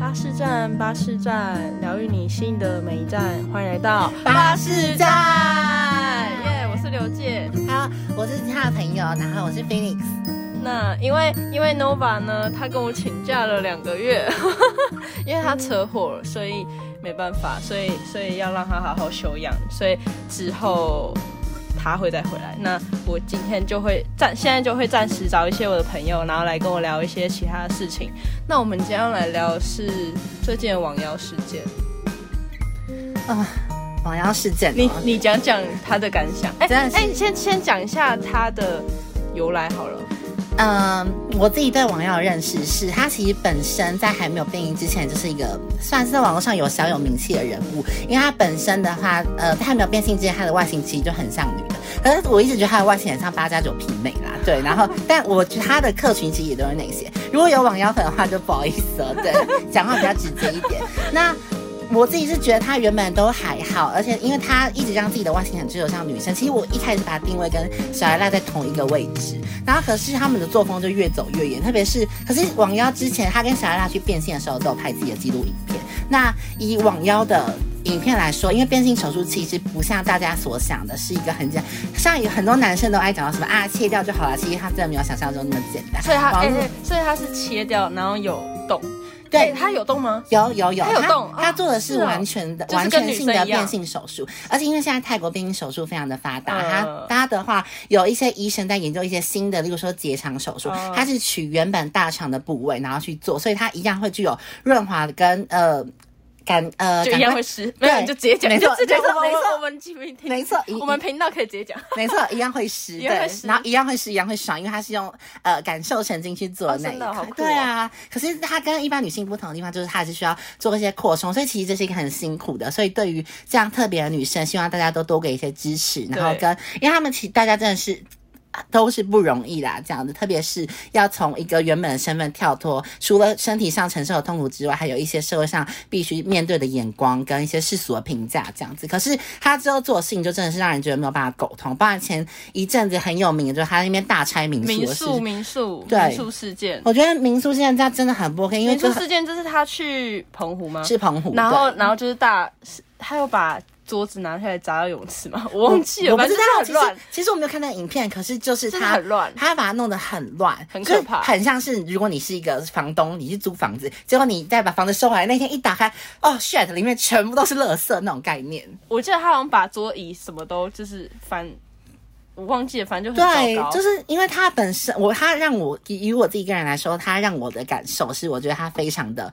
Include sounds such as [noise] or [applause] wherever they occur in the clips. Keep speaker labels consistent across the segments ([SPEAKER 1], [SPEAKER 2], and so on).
[SPEAKER 1] 巴士站，巴士站，疗愈你心的每一站，欢迎来到
[SPEAKER 2] 巴士站
[SPEAKER 1] 耶我是刘介。
[SPEAKER 2] 好，我是他的朋友，然后我是 Phoenix。
[SPEAKER 1] 那因为因为 Nova 呢，她跟我请假了两个月， [laughs] 因为她车祸了，所以没办法，所以所以要让她好好休养，所以之后她会再回来。那我今天就会暂现在就会暂时找一些我的朋友，然后来跟我聊一些其他的事情。那我们今天要来聊的是最近的网妖事件，
[SPEAKER 2] 网妖事件、哦，
[SPEAKER 1] 你你讲讲她的感想。哎、
[SPEAKER 2] 真
[SPEAKER 1] 哎
[SPEAKER 2] 的、是
[SPEAKER 1] 你先先讲一下她的由来好了。
[SPEAKER 2] 嗯，我自己对网友的认识是，他其实本身在还没有变音之前，就是一个算是在网络上有小有名气的人物。因为他本身的话，呃，他还没有变性之前，他的外形其实就很像女的。可是我一直觉得他的外形很像八加九媲美啦，对。然后，但我觉得他的客群其实也都是那
[SPEAKER 1] [laughs]
[SPEAKER 2] 些。如果有网妖粉的话，就不好意思了，对，讲话比较直接一点。那我自己是觉得她原本都还好，而且因为她一直让自己的外形很具有像女生，其实我一开始把她定位跟小艾拉在同一个位置，然后可是他们的作风就越走越远，特别是可是网妖之前她跟小艾拉去变性的时候都有拍自己的记录影片，那以网妖的。影片来说，因为变性手术其实不像大家所想的是一个很简单，像有很多男生都爱讲到什么啊切掉就好了，其实他真的没有想象中那么简单。
[SPEAKER 1] 所以它，
[SPEAKER 2] 网
[SPEAKER 1] 哎、
[SPEAKER 2] 络
[SPEAKER 1] 哎所以它是切掉，然后有洞。
[SPEAKER 2] 对
[SPEAKER 1] 哎它有洞吗？
[SPEAKER 2] 有有有，
[SPEAKER 1] 他有动
[SPEAKER 2] 他
[SPEAKER 1] 哦
[SPEAKER 2] 做的是
[SPEAKER 1] 是哦
[SPEAKER 2] 完全的、
[SPEAKER 1] 就是
[SPEAKER 2] 完
[SPEAKER 1] 跟
[SPEAKER 2] 全
[SPEAKER 1] 女生
[SPEAKER 2] 性的
[SPEAKER 1] 一样
[SPEAKER 2] 变性手术，而且因为现在泰国变性手术非常的发达，
[SPEAKER 1] 嗯
[SPEAKER 2] 他他的话有一些医生在研究一些新的，例如说结肠手术
[SPEAKER 1] 嗯，
[SPEAKER 2] 他是取原本大肠的部位然后去做，所以它一样会具有润滑跟呃感呃
[SPEAKER 1] 就
[SPEAKER 2] 感
[SPEAKER 1] 一样
[SPEAKER 2] 官
[SPEAKER 1] 会湿，没有
[SPEAKER 2] 对
[SPEAKER 1] 你就直接讲，
[SPEAKER 2] 没
[SPEAKER 1] 你
[SPEAKER 2] 错
[SPEAKER 1] 就直接
[SPEAKER 2] 没错
[SPEAKER 1] 讲。我们
[SPEAKER 2] 没错
[SPEAKER 1] 我们频听，
[SPEAKER 2] 没错，一
[SPEAKER 1] [laughs] 我们频道可以直接讲。
[SPEAKER 2] [laughs] 没错，一样会湿，
[SPEAKER 1] [laughs] 一样会
[SPEAKER 2] 对，
[SPEAKER 1] 湿
[SPEAKER 2] 然后一样会湿，一样会爽，因为它是用呃感受神经去做
[SPEAKER 1] 哦
[SPEAKER 2] 的那
[SPEAKER 1] 真
[SPEAKER 2] 一
[SPEAKER 1] 的
[SPEAKER 2] 块，
[SPEAKER 1] 好酷
[SPEAKER 2] 对啊。可是它跟一般女性不同的地方，就是它还是需要做一些扩充，所以其实这是一个很辛苦的。所以对于这样特别的女生，希望大家都多给一些支持，然后
[SPEAKER 1] 对
[SPEAKER 2] 跟因为他们其实大家真的是。啊都是不容易啦，这样子，特别是要从一个原本的身份跳脱，除了身体上承受的痛苦之外，还有一些社会上必须面对的眼光跟一些世俗的评价，这样子。可是他之后做的事情，就真的是让人觉得没有办法沟通。包括前一阵子很有名的，就是他那边大拆民宿
[SPEAKER 1] 民
[SPEAKER 2] 的事
[SPEAKER 1] 宿，
[SPEAKER 2] 情。
[SPEAKER 1] 民宿，
[SPEAKER 2] 对
[SPEAKER 1] 民宿事件，
[SPEAKER 2] 我觉得民宿现在真的很不 OK，因为
[SPEAKER 1] 民
[SPEAKER 2] 这
[SPEAKER 1] 宿事件就是他去澎湖吗？
[SPEAKER 2] 是澎湖，
[SPEAKER 1] 然
[SPEAKER 2] 对
[SPEAKER 1] 后，然后就是大，是他又把桌子拿下来砸到泳池嘛，我忘记了，
[SPEAKER 2] 我不
[SPEAKER 1] 反
[SPEAKER 2] 知
[SPEAKER 1] 正
[SPEAKER 2] 道，
[SPEAKER 1] 就是
[SPEAKER 2] 其
[SPEAKER 1] 很
[SPEAKER 2] 实
[SPEAKER 1] 乱，
[SPEAKER 2] 其实我没有看那个影片，可是就是
[SPEAKER 1] 真的
[SPEAKER 2] 他
[SPEAKER 1] 很乱
[SPEAKER 2] 他把它弄得很乱，
[SPEAKER 1] 很
[SPEAKER 2] 就是
[SPEAKER 1] 可怕
[SPEAKER 2] 很像是如果你是一个房东，你去租房子，结果你再把房子收回来那天一打开，哦 shit，里面全部都是垃圾那种概念。
[SPEAKER 1] 我记得他好像把桌椅什么都就是翻，我忘记了，反正就很
[SPEAKER 2] 对
[SPEAKER 1] 糟 [laughs] 糕，，
[SPEAKER 2] 就是因为他本身我他让我以以我自己个人来说，他让我的感受是，我觉得他非常的。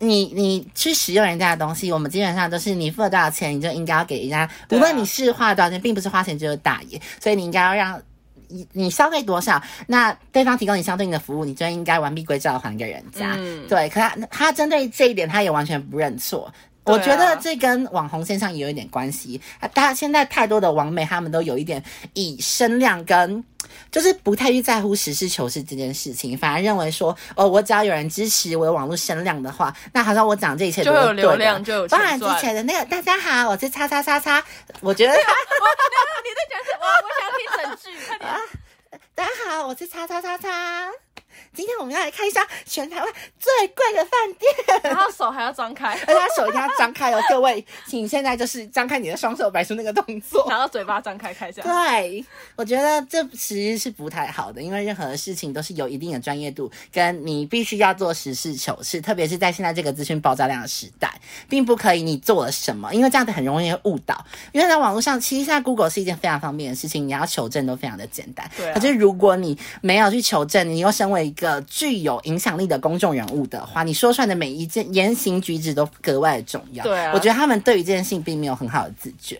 [SPEAKER 2] 你你去使用人家的东西，我们基本上都是你付了多少钱，你就应该要给人家。无
[SPEAKER 1] 对啊
[SPEAKER 2] 论你是花了多少钱，并不是花钱就是大爷，所以你应该要让你你消费多少，那对方提供你相对应的服务，你就应该完璧归赵地还给人家。
[SPEAKER 1] 嗯
[SPEAKER 2] 对，可他他针对这一点，他也完全不认错。
[SPEAKER 1] 对啊
[SPEAKER 2] 我觉得这跟网红现象也有一点关系。啊，大家现在太多的网美，他们都有一点以声量跟，就是不太去在乎实事求是这件事情，反而认为说，哦，我只要有人支持我有网络声量的话，那好像我讲这一切
[SPEAKER 1] 就
[SPEAKER 2] 都
[SPEAKER 1] 会
[SPEAKER 2] 是
[SPEAKER 1] 有流
[SPEAKER 2] 对的
[SPEAKER 1] 量，就有钱
[SPEAKER 2] 包含之
[SPEAKER 1] 赚。
[SPEAKER 2] 前的那个大家好，我是叉叉叉叉，我觉得
[SPEAKER 1] 你在讲什么？我想听整句，快点。
[SPEAKER 2] 大家好，我是叉叉叉叉。今天我们要来看一家全台湾最贵的饭店， [laughs]
[SPEAKER 1] 然后手还要张开，
[SPEAKER 2] 而且他手一定要张开哦，各位，请现在就是张开你的双手，摆出那个动作。
[SPEAKER 1] 然后嘴巴张开开这样。
[SPEAKER 2] 对，我觉得这其实是不太好的，因为任何事情都是有一定的专业度，跟你必须要做实事求是，特别是在现在这个资讯爆炸量的时代，并不可以你做了什么，因为这样子很容易误导。因为在网络上，其实
[SPEAKER 1] [laughs]
[SPEAKER 2] 现在 Google 是一件非常方便的事情，你要求证都非常的简单。
[SPEAKER 1] 对啊
[SPEAKER 2] 可是如果你没有去求证，你又身为一个具有影响力的公众人物的话，你说出来的每一件言行举止都格外重要。
[SPEAKER 1] 对啊
[SPEAKER 2] 我觉得他们对于这件事情并没有很好的自觉。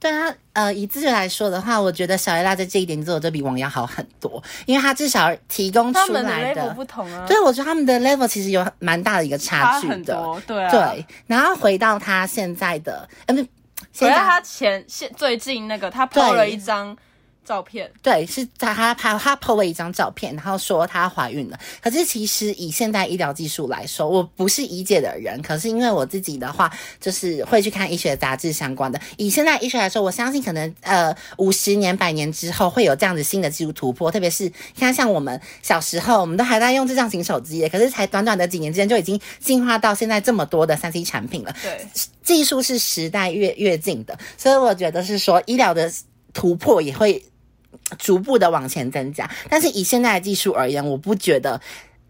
[SPEAKER 2] 对啊，呃，以自觉来说的话，我觉得小艾拉在这一点做的就比王瑶好很多，因为她至少提供
[SPEAKER 1] 他
[SPEAKER 2] 出
[SPEAKER 1] 们的
[SPEAKER 2] 来
[SPEAKER 1] level
[SPEAKER 2] 的
[SPEAKER 1] 不，同啊，
[SPEAKER 2] 对，我觉得他们的 level 其实有蛮大的一个差
[SPEAKER 1] 差
[SPEAKER 2] 距
[SPEAKER 1] 很
[SPEAKER 2] 的。
[SPEAKER 1] 多，对啊。
[SPEAKER 2] 对，然后回到他现在的，呃，不，
[SPEAKER 1] 回
[SPEAKER 2] 现
[SPEAKER 1] 到
[SPEAKER 2] 在
[SPEAKER 1] 他前现最近那个，他抛了一张照片，
[SPEAKER 2] 对，是她她她她 PO 了一张照片，然后说她怀孕了。可是其实以现代医疗技术来说，我不是医界的人，可是因为我自己的话，就是会去看医学杂志相关的。以现代医学来说，我相信可能呃五十年、百年之后会有这样子新的技术突破，特别是你看像我们小时候，我们都还在用智障型手机耶，可是才短短的几年之间就已经进化到现在这么多的三 C 产品了。
[SPEAKER 1] 对，
[SPEAKER 2] 技术是时代越越进的，所以我觉得是说医疗的突破也会逐步的往前增加。但是以现在的技术而言，我不觉得。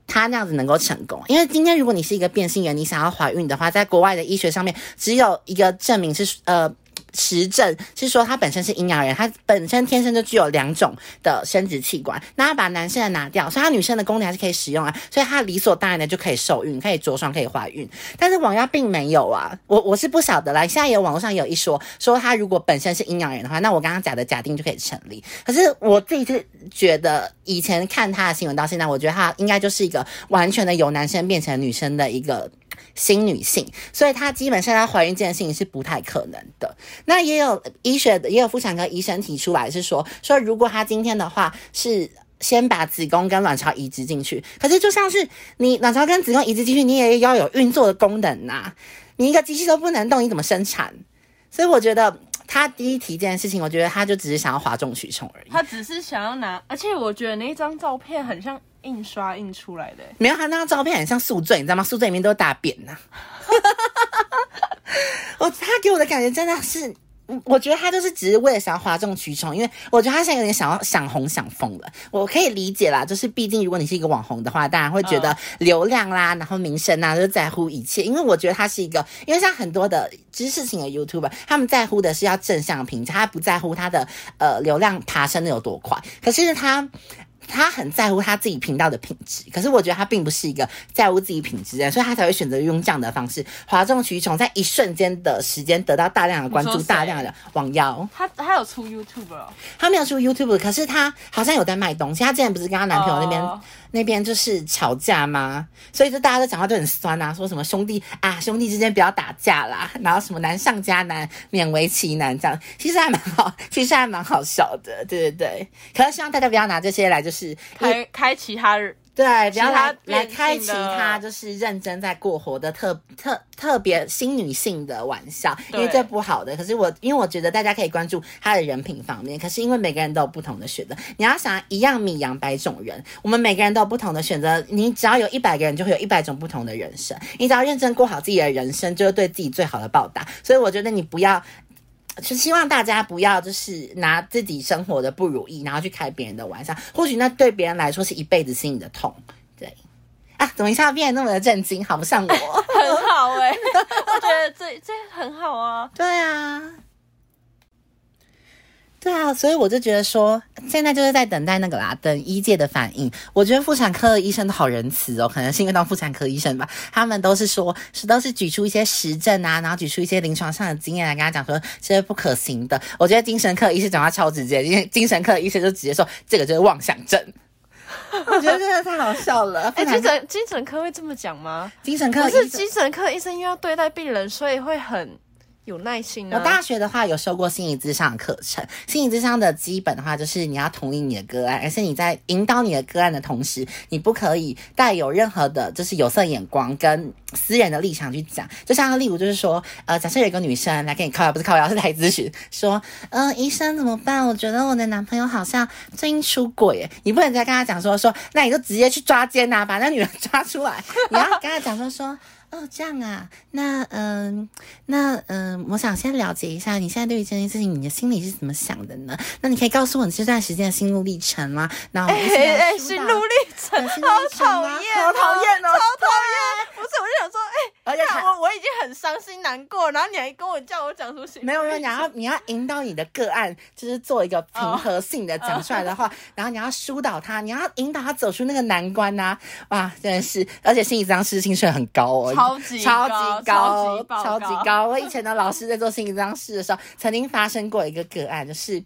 [SPEAKER 2] 它那样子能够成功，因为今天如果你是一个变性人，你想要怀孕的话，在国外的医学上面只有一个证明是呃实证，是说他本身是阴阳人，他本身天生就具有两种的生殖器官，那他把男生的拿掉，所以他女生的功能还是可以使用啊，所以他理所当然的就可以受孕，可以着床，可以怀孕。但是网药并没有啊，我我是不晓得啦。现在有网络上有一说，说他如果本身是阴阳人的话，那我刚刚讲的假定就可以成立。可是我自己是觉得，以前看他的新闻到现在，我觉得他应该就是一个完全的由男生变成女生的一个新女性，所以她基本上她怀孕这件事情是不太可能的。那也有医学的，也有妇产科医生提出来是说，说如果她今天的话是。先把子宫跟卵巢移植进去，可是就像是你卵巢跟子宫移植进去，你也要有运作的功能呐、 [laughs] 你一个机器都不能动，你怎么生产？所以我觉得他第一题这件事情，我觉得他就只是想要哗众取宠而已。
[SPEAKER 1] 他只是想要拿，而且我觉得那一张照片很像印刷印出来的、欸
[SPEAKER 2] 没有，他那张照片很像宿醉，你知道吗？宿醉里面都是大便呐、 [laughs] 我他给我的感觉真的是，嗯我觉得他就是只是为了想要哗众取宠，因为我觉得他现在有点想要想红想疯了。我可以理解啦，就是毕竟如果你是一个网红的话，当然会觉得流量啦，然后名声啦，就在乎一切。因为我觉得他是一个，因为像很多的知识型的 YouTuber，他们在乎的是要正向的评价，他不在乎他的呃流量爬升的有多快。可是他他很在乎他自己频道的品质，可是我觉得他并不是一个在乎自己品质的人，所以他才会选择用这样的方式哗众取宠，在一瞬间的时间得到大量的关
[SPEAKER 1] 你
[SPEAKER 2] 注，
[SPEAKER 1] 说谁
[SPEAKER 2] 大量的网妖。
[SPEAKER 1] 他他有出 YouTube 哦，
[SPEAKER 2] 他没有出 YouTube，可是他好像有在卖东西。他之前不是跟她男朋友那边、
[SPEAKER 1] 哦
[SPEAKER 2] 那边就是吵架吗？所以就大家都讲话都很酸啊，说什么兄弟啊兄弟之间不要打架啦，然后什么难上加难，勉为其难这样，其实还蛮好，其实还蛮好笑的，对对对。可是希望大家不要拿这些来就是
[SPEAKER 1] 开开其他人
[SPEAKER 2] 对，不要
[SPEAKER 1] 其他
[SPEAKER 2] 来来
[SPEAKER 1] 变性
[SPEAKER 2] 开启
[SPEAKER 1] 的
[SPEAKER 2] 他就是认真在过活的特特特别新女性的玩笑，因为
[SPEAKER 1] 对
[SPEAKER 2] 这不好的。可是我因为我觉得大家可以关注她的人品方面，可是因为每个人都有不同的选择，你要想一样米养百种人，我们每个人都有不同的选择，你只要有一百个人，就会有一百种不同的人生。你只要认真过好自己的人生，就是对自己最好的报答。所以我觉得你不要就希望大家不要就是拿自己生活的不如意，然后去开别人的玩笑，或许那对别人来说是一辈子心里的痛。对，啊，怎么一下变得那么的震惊，好不像我。
[SPEAKER 1] 很好哎、
[SPEAKER 2] [laughs]
[SPEAKER 1] 我觉得这这很好啊。
[SPEAKER 2] 对啊，对啊，所以我就觉得说，现在就是在等待那个啦，等医界的反应。我觉得妇产科的医生都好仁慈哦，可能是因为当妇产科医生吧，他们都是说，是都是举出一些实证啊，然后举出一些临床上的经验来跟他讲说这是不可行的。我觉得精神科医生讲话超直接，因为精神科医生就直接说这个就是妄想症。我觉得真的太好笑了，
[SPEAKER 1] [laughs] 哎、
[SPEAKER 2] 妇产
[SPEAKER 1] 精
[SPEAKER 2] 科
[SPEAKER 1] 神精神科会这么讲吗？
[SPEAKER 2] 精神科
[SPEAKER 1] 不
[SPEAKER 2] 医生
[SPEAKER 1] 是精神科医生，因为要对待病人，所以会很有耐心啊。
[SPEAKER 2] 我大学的话有修过心理咨商的课程，心理咨商的基本的话就是你要同意你的个案，而是你在引导你的个案的同时，你不可以带有任何的就是有色眼光跟私人的立场去讲。就像例如就是说，呃，假设有一个女生来跟你靠腰，不是靠腰是来咨询，说，嗯、医生怎么办？我觉得我的男朋友好像最近出轨耶，你不能再跟他讲说说，那你就直接去抓奸呐、把那女人 [laughs] 抓出来，你要跟他讲说说。哦，这样啊，那嗯、那嗯、我想先了解一下，你现在对于这件事情，你的心里是怎么想的呢？那你可以告诉我你这段时间的心路历程吗？那我们一起
[SPEAKER 1] 哎
[SPEAKER 2] 来
[SPEAKER 1] 哎，
[SPEAKER 2] 疏导
[SPEAKER 1] 心路历程
[SPEAKER 2] 对心路
[SPEAKER 1] 好
[SPEAKER 2] 历程
[SPEAKER 1] 讨
[SPEAKER 2] 啊
[SPEAKER 1] 厌，
[SPEAKER 2] 好讨厌哦
[SPEAKER 1] 超讨厌！不是，我就想说，
[SPEAKER 2] 而
[SPEAKER 1] 哎、
[SPEAKER 2] 且
[SPEAKER 1] 欸，
[SPEAKER 2] 还
[SPEAKER 1] 看我我已经很伤心难过，然后你还跟我叫我讲出心路
[SPEAKER 2] 没有没有，
[SPEAKER 1] 历
[SPEAKER 2] 你
[SPEAKER 1] 程
[SPEAKER 2] 要你要引导你的个案，就是做一个平和性的讲出来
[SPEAKER 1] 哦
[SPEAKER 2] 的话， [laughs] 然后你要疏导他，你要引导他走出那个难关呐、哇，真的是，而且心理咨商师薪水很高哦，
[SPEAKER 1] 超级
[SPEAKER 2] 超
[SPEAKER 1] 高
[SPEAKER 2] 级高
[SPEAKER 1] 超级爆
[SPEAKER 2] 超级
[SPEAKER 1] 高
[SPEAKER 2] 高。我以前的老师在做心理咨商师的时候，曾经发生过一个个案，就是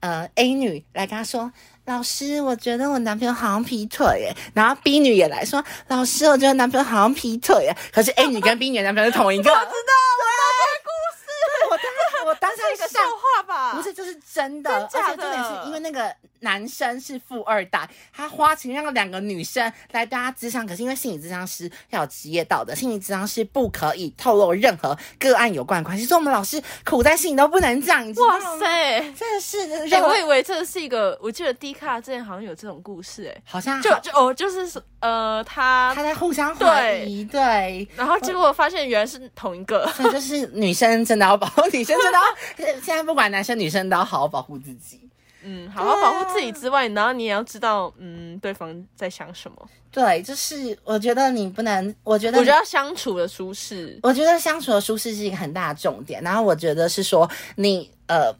[SPEAKER 2] 呃 A 女来跟他说。老师，我觉得我男朋友好像劈腿耶。然后 B 女也来说，老师，我觉得男朋友好像劈腿耶。可是 A 女跟 B 女的男朋友是同一
[SPEAKER 1] [laughs]
[SPEAKER 2] 个，
[SPEAKER 1] 我知道，我知道这个故事，
[SPEAKER 2] 我当我当下
[SPEAKER 1] 这个笑
[SPEAKER 2] 吓
[SPEAKER 1] 话吧？吧？
[SPEAKER 2] 不是，这是真的，
[SPEAKER 1] 啊真假
[SPEAKER 2] 而且重点
[SPEAKER 1] 的
[SPEAKER 2] 是因为那个男生是富二代，他花钱让两个女生来当他智商，可是因为心理智商师要有职业道德，心理智商师不可以透露任何个案有关的关系，所以我们老师苦在心里都不能讲，你知道吗
[SPEAKER 1] 哇，塞！
[SPEAKER 2] 真的是
[SPEAKER 1] 哎、
[SPEAKER 2] 让
[SPEAKER 1] 我以为这是一个，我记得 D 卡之前好像有这种故事、哎，
[SPEAKER 2] 啊好像
[SPEAKER 1] 就就哦，就是呃，他
[SPEAKER 2] 他在互相怀疑，对。
[SPEAKER 1] 然后结果发现原来是同一个，
[SPEAKER 2] 所以就是女生真的要保护，女生真的要，现在不管男生女生都要好好保护自己。
[SPEAKER 1] 嗯，好好
[SPEAKER 2] 对
[SPEAKER 1] 保
[SPEAKER 2] 啊
[SPEAKER 1] 护自己之外，然后你也要知道，嗯，对方在想什么。
[SPEAKER 2] 对，就是我觉得你不能，我觉得
[SPEAKER 1] 我
[SPEAKER 2] 你
[SPEAKER 1] 觉得要相处的舒适，
[SPEAKER 2] 我觉得相处的舒适是一个很大的重点。然后我觉得是说你呃。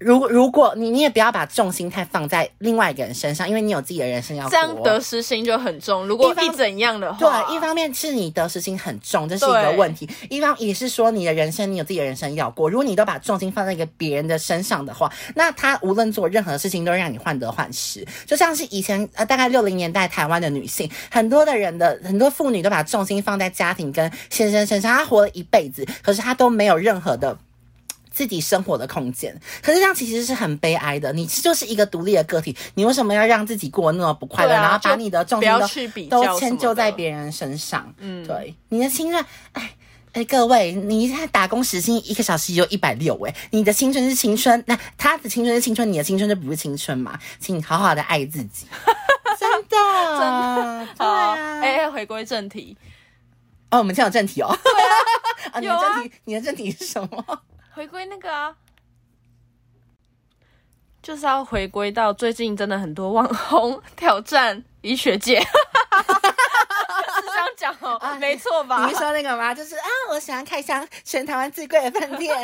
[SPEAKER 2] 如如果你你也不要把重心太放在另外一个人身上，因为你有自己的人生要
[SPEAKER 1] 这样
[SPEAKER 2] 过啊
[SPEAKER 1] 得失心就很重。如果
[SPEAKER 2] 嗯一方
[SPEAKER 1] 一怎样的话，
[SPEAKER 2] 对，一方面是你得失心很重，这是一个
[SPEAKER 1] 对
[SPEAKER 2] 问题；一方也是说你的人生，你有自己的人生要过。如果你都把重心放在一个别人的身上的话，那他无论做任何事情都让你患得患失。就像是以前呃，大概六零年代台湾的女性，很多的人的很多妇女都把重心放在家庭跟先生身上，她活了一辈子，可是她都没有任何的。自己生活的空间，可是这样其实是很悲哀的。你就是一个独立的个体，你为什么要让自己过得那么不快乐，
[SPEAKER 1] 对啊
[SPEAKER 2] 然后把
[SPEAKER 1] 就
[SPEAKER 2] 你的重
[SPEAKER 1] 不
[SPEAKER 2] 心
[SPEAKER 1] 要
[SPEAKER 2] 都
[SPEAKER 1] 去比较什么
[SPEAKER 2] 都
[SPEAKER 1] 的，
[SPEAKER 2] 迁就在别人身上。
[SPEAKER 1] 嗯
[SPEAKER 2] 嗯，对，你的青春，哎。哎，各位，你现在打工时薪一个小时有一百六，哎，你的青春是青春，那他的青春是青春，你的青春就不是青春嘛？请你好好的爱自
[SPEAKER 1] [laughs]
[SPEAKER 2] 己，真的，真的，对
[SPEAKER 1] 好。
[SPEAKER 2] 啊。
[SPEAKER 1] 哎、回归正题，
[SPEAKER 2] 哦，我们今天有正题哦， [laughs] 啊你
[SPEAKER 1] 有
[SPEAKER 2] 的
[SPEAKER 1] 啊
[SPEAKER 2] 正题，你的正题是什么？
[SPEAKER 1] 回归那个啊，就是要回归到最近真的很多网红挑战医学
[SPEAKER 2] [laughs]
[SPEAKER 1] 界，是这样讲哦、
[SPEAKER 2] 啊
[SPEAKER 1] 没错吧
[SPEAKER 2] 你是？说那个吗？就是啊，我喜欢开箱全台湾最贵的饭店，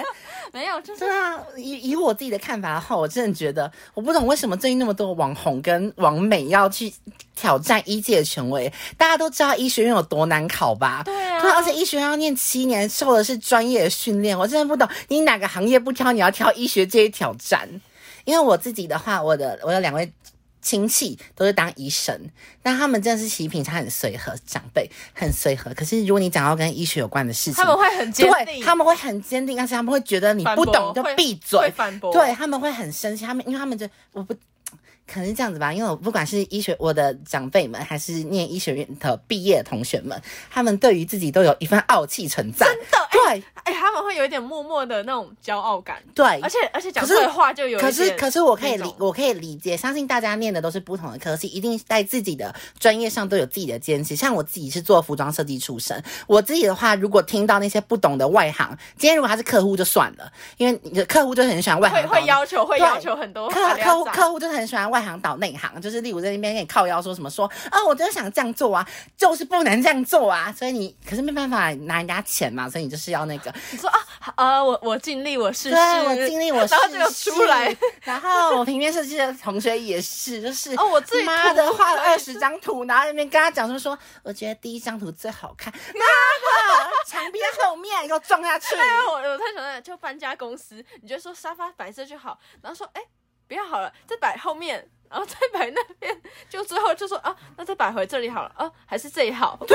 [SPEAKER 1] 没有，就是
[SPEAKER 2] 对啊，以以我自己的看法的话，我真的觉得我不懂为什么最近那么多网红跟网美要去挑战医界的权威。大家都知道医学院有多难考吧？
[SPEAKER 1] 对啊
[SPEAKER 2] 而且医学院要念七年，受的是专业的训练。我真的不懂，你哪个行业不挑，你要挑医学界挑战？因为我自己的话，我的我有两位亲戚都是当医生，那他们真的是其实平常很随和，长辈很随和。可是如果你讲到跟医学有关的事情，
[SPEAKER 1] 他们会很坚
[SPEAKER 2] 对，
[SPEAKER 1] 定，
[SPEAKER 2] 他们会很坚定，而且他们会觉得你
[SPEAKER 1] 反
[SPEAKER 2] 不
[SPEAKER 1] 驳
[SPEAKER 2] 懂就
[SPEAKER 1] 会
[SPEAKER 2] 闭
[SPEAKER 1] 会
[SPEAKER 2] 嘴，
[SPEAKER 1] 反驳，
[SPEAKER 2] 对他们会很生气，他们因为他们就我不。可能是这样子吧，因为我不管是医学我的长辈们，还是念医学院的毕业的同学们，他们对于自己都有一份傲气存在。
[SPEAKER 1] 真的哎
[SPEAKER 2] 对
[SPEAKER 1] 哎、他们会有一点默默的那种骄傲感，
[SPEAKER 2] 对
[SPEAKER 1] 而，且而且讲
[SPEAKER 2] 哎可是
[SPEAKER 1] 对话就有一
[SPEAKER 2] 可是
[SPEAKER 1] 点
[SPEAKER 2] 可是我可以
[SPEAKER 1] 那
[SPEAKER 2] 理
[SPEAKER 1] 种
[SPEAKER 2] 我可以理解，相信大家念的都是不同的科系，一定在自己的专业上都有自己的坚持。像我自己是做服装设计出身，我自己的话，如果听到那些不懂的外行，今天如果他是客户就算了，因为你的客户就很喜欢外行
[SPEAKER 1] 会
[SPEAKER 2] 的东
[SPEAKER 1] 会
[SPEAKER 2] 西
[SPEAKER 1] 要求会
[SPEAKER 2] 对
[SPEAKER 1] 要求很多
[SPEAKER 2] 客
[SPEAKER 1] 阿里阿
[SPEAKER 2] 客户
[SPEAKER 1] 杂
[SPEAKER 2] 客户就是很喜欢外行倒内行，就是例如在那边给你靠腰说什么说啊，我就是想这样做啊，就是不能这样做啊，所以你可是没办法拿人家钱嘛，所以你就是要那个，
[SPEAKER 1] 你说啊呃我我尽力我试试，
[SPEAKER 2] 对我尽力我试
[SPEAKER 1] 然后这个出来
[SPEAKER 2] 试， [laughs] 然后我平面设计的同学也是，就是
[SPEAKER 1] 哦我自己
[SPEAKER 2] 妈
[SPEAKER 1] 涂
[SPEAKER 2] 的画了
[SPEAKER 1] 对
[SPEAKER 2] 二十张图，然后在那边跟他讲说说，我觉得第一张图最好看，妈的墙壁在后面给我撞
[SPEAKER 1] [laughs]
[SPEAKER 2] 下去。
[SPEAKER 1] 哎我我太想了，就搬家公司，你就说沙发摆这就好，然后说哎不要好了，再摆后面。然后再摆那边，就最后就说啊，那再摆回这里好了，啊，还是这里好。
[SPEAKER 2] 对，就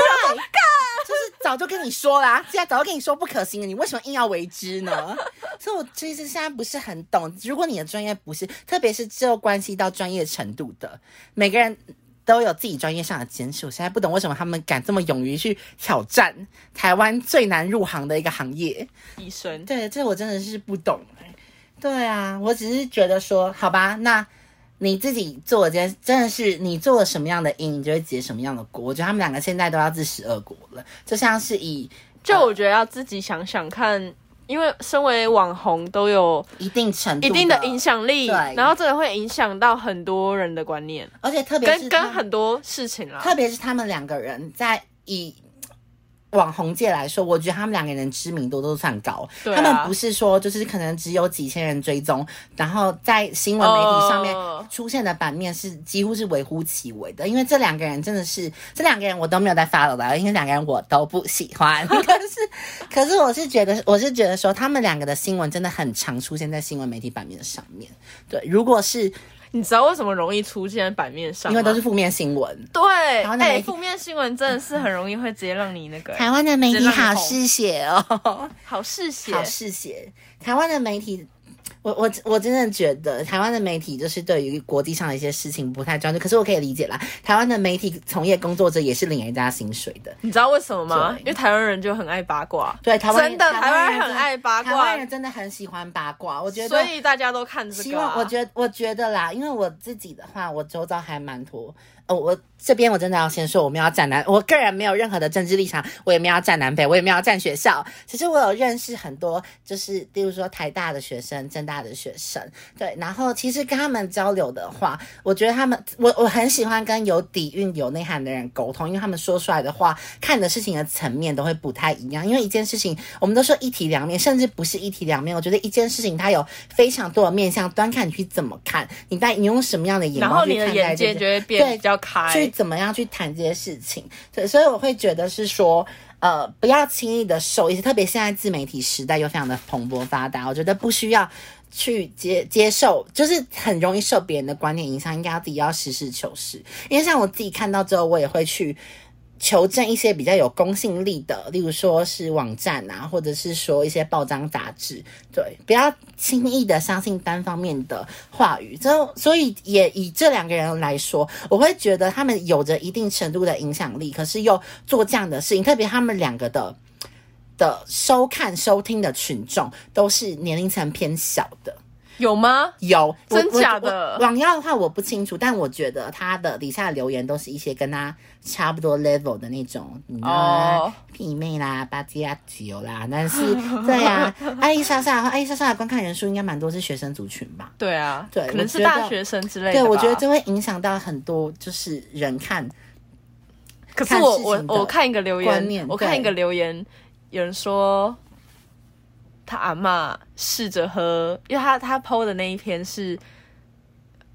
[SPEAKER 2] 是早就跟你说啦、 [laughs] 现在早就跟你说不可行了，你为什么硬要为之呢？ [laughs] 所以我其实现在不是很懂，如果你的专业不是，特别是这关系到专业程度的，每个人。都有自己专业上的坚持，我现在不懂为什么他们敢这么勇于去挑战台湾最难入行的一个行业。
[SPEAKER 1] 医生， [laughs]
[SPEAKER 2] 对，这我真的是不懂、欸。对啊，我只是觉得说，好吧，那你自己做的这件，真的是你做了什么样的因，你就会结什么样的果。我觉得他们两个现在都要自食恶果了，就像是以
[SPEAKER 1] 就我觉得要自己想想看，因为身为网红都有
[SPEAKER 2] 一定程度
[SPEAKER 1] 一定的影，响力，
[SPEAKER 2] 对
[SPEAKER 1] 然后真的会影响到很多人的观念，
[SPEAKER 2] 而且特别
[SPEAKER 1] 跟
[SPEAKER 2] 是他
[SPEAKER 1] 跟
[SPEAKER 2] 们
[SPEAKER 1] 很多事情啦。
[SPEAKER 2] 特别是他们两个人在以网红界来说，我觉得他们两个人知名度都算高。
[SPEAKER 1] 对啊
[SPEAKER 2] 他们不是说就是可能只有几千人追踪，然后在新闻媒体上面
[SPEAKER 1] 哦
[SPEAKER 2] 出现的版面是几乎是微乎其微的。因为这两个人真的是，这两个人我都没有在 follow 的，因为两个人我都不喜欢。 [laughs] 可是，可是我是觉得，我是觉得说他们两个的新闻真的很常出现在新闻媒体版面上面。对，如果是
[SPEAKER 1] 你知道为什么容易出现在版面上吗？
[SPEAKER 2] 因为都是负面新闻。
[SPEAKER 1] 对，
[SPEAKER 2] 然后那
[SPEAKER 1] 哎、
[SPEAKER 2] 媒体
[SPEAKER 1] 负面新闻真的是很容易会直接让你那个、
[SPEAKER 2] 台湾的媒
[SPEAKER 1] 直
[SPEAKER 2] 体
[SPEAKER 1] 接让你
[SPEAKER 2] 好
[SPEAKER 1] 红
[SPEAKER 2] 嗜血哦，
[SPEAKER 1] 好嗜血
[SPEAKER 2] 好。嗜血。台湾的媒体我我我真的觉得台湾的媒体就是对于国际上的一些事情不太专注，可是我可以理解啦。台湾的媒体从业工作者也是领人家薪水的，
[SPEAKER 1] 你知道为什么吗？
[SPEAKER 2] 对
[SPEAKER 1] 因为台湾人就很爱八卦，
[SPEAKER 2] 对台湾
[SPEAKER 1] 真的台湾
[SPEAKER 2] 人
[SPEAKER 1] 人很
[SPEAKER 2] 真的
[SPEAKER 1] 爱八卦
[SPEAKER 2] 台湾人真的很喜欢八卦。我觉得，
[SPEAKER 1] 所以大家都看这
[SPEAKER 2] 希
[SPEAKER 1] 个啊、
[SPEAKER 2] 望我觉得我觉得啦，因为我自己的话，我周遭还蛮多。哦，我这边我真的要先说，我们要站南，我个人没有任何的政治立场，我也没有要站南北，我也没有要站学校。其实我有认识很多，就是例如说台大的学生、政大的学生，对。然后其实跟他们交流的话，我觉得他们，我我很喜欢跟有底蕴、有内涵的人沟通，因为他们说出来的话，看的事情的层面都会不太一样。因为一件事情，我们都说一体两面，甚至不是一体两面。我觉得一件事情它有非常多的面向，端看你去怎么看，你带你用什么样的眼
[SPEAKER 1] 然
[SPEAKER 2] 光
[SPEAKER 1] 后
[SPEAKER 2] 去
[SPEAKER 1] 你的
[SPEAKER 2] 看
[SPEAKER 1] 眼
[SPEAKER 2] 待这
[SPEAKER 1] 界
[SPEAKER 2] 件
[SPEAKER 1] 就会变
[SPEAKER 2] 对
[SPEAKER 1] 比较开，
[SPEAKER 2] 去怎么样去谈这些事情。对，所以我会觉得是说，呃，不要轻易的受益，特别现在自媒体时代又非常的蓬勃发达，我觉得不需要去接接受，就是很容易受别人的观念影响，应该要自己要实事求是。因为像我自己看到之后，我也会去。求证一些比较有公信力的，例如说是网站啊，或者是说一些报章杂志，对，不要轻易的相信单方面的话语。之后，所以也以这两个人来说，我会觉得他们有着一定程度的影响力，可是又做这样的事情，特别他们两个的的收看、收听的群众都是年龄层偏小的。
[SPEAKER 1] 有吗？
[SPEAKER 2] 有，我
[SPEAKER 1] 真
[SPEAKER 2] 我
[SPEAKER 1] 假
[SPEAKER 2] 我
[SPEAKER 1] 的
[SPEAKER 2] 网药的话我不清楚，但我觉得他的底下的留言都是一些跟他差不多 level 的那种，你知道吗
[SPEAKER 1] 哦
[SPEAKER 2] 媲妹啦、巴基亚酒啦，但是对啊，艾丽莎莎的话，艾丽莎莎的观看人数应该蛮多是学生族群吧？
[SPEAKER 1] 对啊，
[SPEAKER 2] 对
[SPEAKER 1] 可能是
[SPEAKER 2] 我觉得
[SPEAKER 1] 大学生之类的。
[SPEAKER 2] 对，我觉得，这会影响到很多就是人看，
[SPEAKER 1] 可是我
[SPEAKER 2] 看事
[SPEAKER 1] 我
[SPEAKER 2] 情的
[SPEAKER 1] 我看一个留
[SPEAKER 2] 观念
[SPEAKER 1] 言，我看
[SPEAKER 2] 对
[SPEAKER 1] 一个留言，有人说他阿嬷试着喝，因为他他 PO 的那一篇是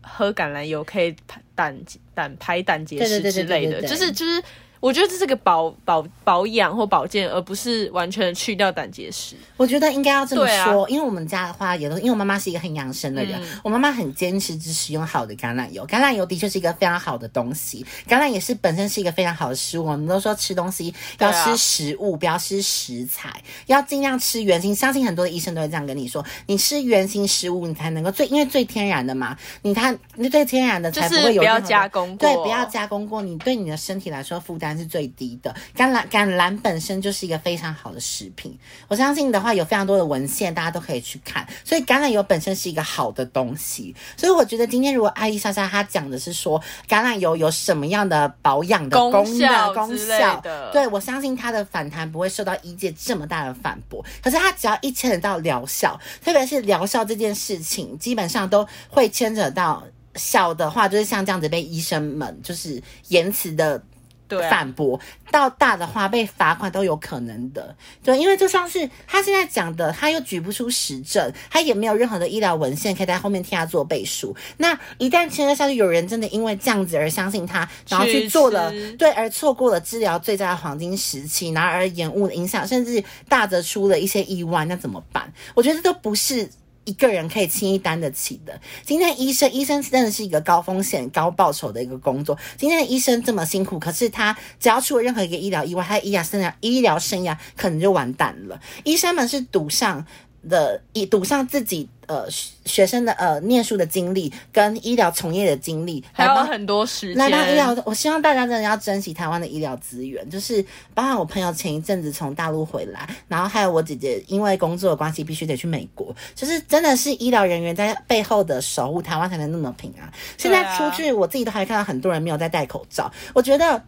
[SPEAKER 1] 喝橄榄油可以排胆胆排胆结石
[SPEAKER 2] 对对对
[SPEAKER 1] 之
[SPEAKER 2] 对对
[SPEAKER 1] 类的，
[SPEAKER 2] 对对
[SPEAKER 1] 就是就是。我觉得这是个保保保养或保健，而不是完全去掉胆结石。
[SPEAKER 2] 我觉得应该要这么
[SPEAKER 1] 对啊嗯
[SPEAKER 2] 说，因为我们家的话也都，因为我妈妈是一个很养生的人，我妈妈很坚持只使用好的橄榄油。橄榄油的确是一个非常好的东西，橄榄也是本身是一个非常好的食物。我们都说吃东西
[SPEAKER 1] 对
[SPEAKER 2] 要
[SPEAKER 1] 啊
[SPEAKER 2] 吃食物，不要吃食材，要尽量吃原形。相信很多的医生都会这样跟你说，你吃原形食物，你才能够最，因为最天然的嘛，你看你最天然的才
[SPEAKER 1] 就是
[SPEAKER 2] 不会有
[SPEAKER 1] 不要
[SPEAKER 2] 任何的
[SPEAKER 1] 加工
[SPEAKER 2] 对，
[SPEAKER 1] 过
[SPEAKER 2] 不要加工过，你对你的身体来说负担是最低的。橄榄橄榄本身就是一个非常好的食品，我相信的话有非常多的文献，大家都可以去看。所以橄榄油本身是一个好的东西，所以我觉得今天如果艾丽莎莎她讲的是说橄榄油有什么样的保养的
[SPEAKER 1] 功
[SPEAKER 2] 功
[SPEAKER 1] 效
[SPEAKER 2] 能、功
[SPEAKER 1] 之类
[SPEAKER 2] 效
[SPEAKER 1] 的
[SPEAKER 2] 对我相信她的反弹不会受到医界这么大的反驳。可是她只要一牵扯到疗效，特别是疗效这件事情，基本上都会牵扯到。小的话就是像这样子被医生们就是言辞的
[SPEAKER 1] 对、啊，
[SPEAKER 2] 反驳，到大的话被罚款都有可能的。对，因为就像是他现在讲的，他又举不出实证，他也没有任何的医疗文献可以在后面替他做背书。那一旦牵涉下去，有人真的因为这样子而相信他，然后去做了
[SPEAKER 1] 去吃
[SPEAKER 2] 对，而错过了治疗最佳的黄金时期，然后而延误了影响，甚至大则出了一些意外，那怎么办？我觉得这都不是。一个人可以轻易担得起的。今天医生，医生真的是一个高风险、高报酬的一个工作。今天的医生这么辛苦，可是他只要出了任何一个医疗意外，他的医疗生涯、医疗生涯可能就完蛋了。医生们是赌上的，以赌上自己呃学学生的呃念书的经历跟医疗从业的经历，
[SPEAKER 1] 还有
[SPEAKER 2] 来帮
[SPEAKER 1] 很多时
[SPEAKER 2] 来到医
[SPEAKER 1] 间。
[SPEAKER 2] 疗，我希望大家真的要珍惜台湾的医疗资源。就是，包含我朋友前一阵子从大陆回来，然后还有我姐姐因为工作的关系必须得去美国，就是真的是医疗人员在背后的守护，台湾才能那么平安。现在
[SPEAKER 1] 对啊
[SPEAKER 2] 出去，我自己都还看到很多人没有在戴口罩，我觉得。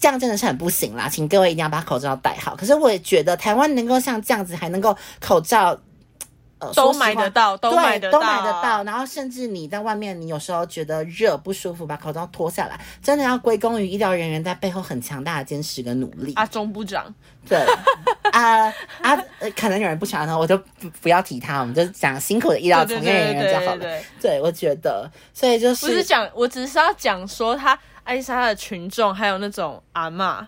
[SPEAKER 2] 这样真的是很不行啦，请各位一定要把口罩戴好。可是我也觉得台湾能够像这样子，还能够口罩，呃，
[SPEAKER 1] 都
[SPEAKER 2] 说实话
[SPEAKER 1] 买得到，都
[SPEAKER 2] 对，
[SPEAKER 1] 买得到，
[SPEAKER 2] 都买得到。然后甚至你在外面，你有时候觉得热不舒服，把口罩脱下来，真的要归功于医疗人员在背后很强大的坚持跟努力。
[SPEAKER 1] 啊！中部长，
[SPEAKER 2] 对，啊啊，呃可能有人不喜欢他，我就不不要提他，我们就讲辛苦的医疗
[SPEAKER 1] 对
[SPEAKER 2] 从
[SPEAKER 1] 对
[SPEAKER 2] 业人
[SPEAKER 1] 对
[SPEAKER 2] 员
[SPEAKER 1] 对
[SPEAKER 2] 就
[SPEAKER 1] 对
[SPEAKER 2] 好
[SPEAKER 1] 对
[SPEAKER 2] 了。
[SPEAKER 1] 对，
[SPEAKER 2] 对，我觉得，所以就
[SPEAKER 1] 不是
[SPEAKER 2] 是
[SPEAKER 1] 讲，我只是要讲说他艾莎的群众，还有那种阿嬷，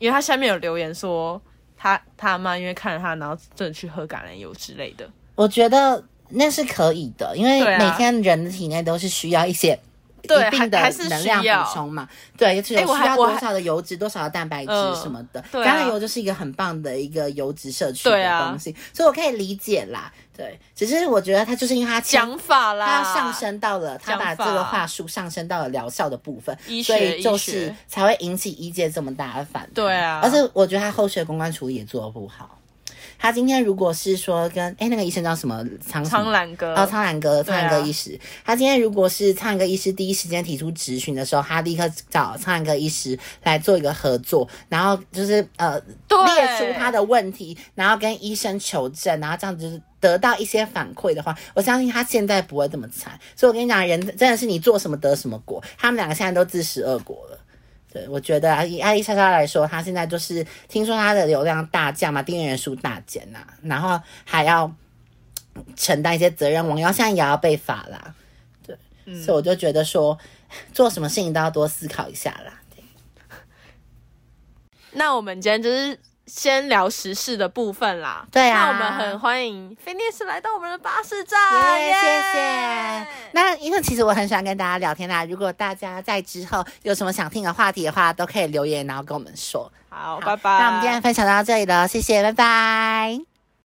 [SPEAKER 1] 因为他下面有留言说他他阿嬷因为看了他，然后真的去喝橄榄油之类的。
[SPEAKER 2] 我觉得那是可以的，因为
[SPEAKER 1] 对啊
[SPEAKER 2] 每天人的体内都是需要一些。
[SPEAKER 1] 对
[SPEAKER 2] 一
[SPEAKER 1] 还
[SPEAKER 2] 定
[SPEAKER 1] 还
[SPEAKER 2] 的
[SPEAKER 1] 是
[SPEAKER 2] 能量
[SPEAKER 1] 需要
[SPEAKER 2] 补充嘛。对，就是有
[SPEAKER 1] 哎我
[SPEAKER 2] 需
[SPEAKER 1] 还
[SPEAKER 2] 要
[SPEAKER 1] 我
[SPEAKER 2] 多
[SPEAKER 1] 还
[SPEAKER 2] 少的油脂、多少的蛋白质
[SPEAKER 1] 嗯
[SPEAKER 2] 什么的。
[SPEAKER 1] 对啊
[SPEAKER 2] 橄榄油就是一个很棒的一个油脂摄取
[SPEAKER 1] 对
[SPEAKER 2] 的
[SPEAKER 1] 啊
[SPEAKER 2] 东西，所以我可以理解啦。对，只是我觉得它就是因为它牵
[SPEAKER 1] 讲法啦，
[SPEAKER 2] 它上升到了，它
[SPEAKER 1] 讲
[SPEAKER 2] 把这
[SPEAKER 1] 法
[SPEAKER 2] 个话术上升到了疗效的部分
[SPEAKER 1] 医，
[SPEAKER 2] 所
[SPEAKER 1] 学
[SPEAKER 2] 以就
[SPEAKER 1] 医学
[SPEAKER 2] 是才会引起医界这么大的反弹。
[SPEAKER 1] 对啊
[SPEAKER 2] 而且我觉得他后续的公关处理也做得不好。他今天如果是说跟哎那个医生叫什么苍什么
[SPEAKER 1] 苍兰哥，
[SPEAKER 2] 哦，苍兰哥，苍兰
[SPEAKER 1] 对啊
[SPEAKER 2] 哥医师，他今天如果是苍兰哥医师第一时间提出质询的时候，他立刻找苍兰哥医师来做一个合作，然后就是呃
[SPEAKER 1] 对
[SPEAKER 2] 列出他的问题，然后跟医生求证，然后这样子就是得到一些反馈的话，我相信他现在不会这么惨。所以我跟你讲，人真的是你做什么得什么果，他们两个现在都自食恶果了。对，我觉得啊以艾丽莎莎来说，她现在就是听说她的流量大降嘛，订阅人数大减呐、然后还要承担一些责任，王瑶现在也要被罚啦。对，所以我就觉得说，做什么事情都要多思考一下啦。对
[SPEAKER 1] 那我们今天就是先聊时事的部分啦。
[SPEAKER 2] 对啊
[SPEAKER 1] 那我们很欢迎菲涅斯来到我们的巴士站，
[SPEAKER 2] 耶谢谢。那因为其实我很喜欢跟大家聊天啦，如果大家在之后有什么想听的话题的话，都可以留言，然后跟我们说。
[SPEAKER 1] 好，
[SPEAKER 2] 好
[SPEAKER 1] 拜拜。
[SPEAKER 2] 那我们今天的分享到这里了，谢谢，拜拜。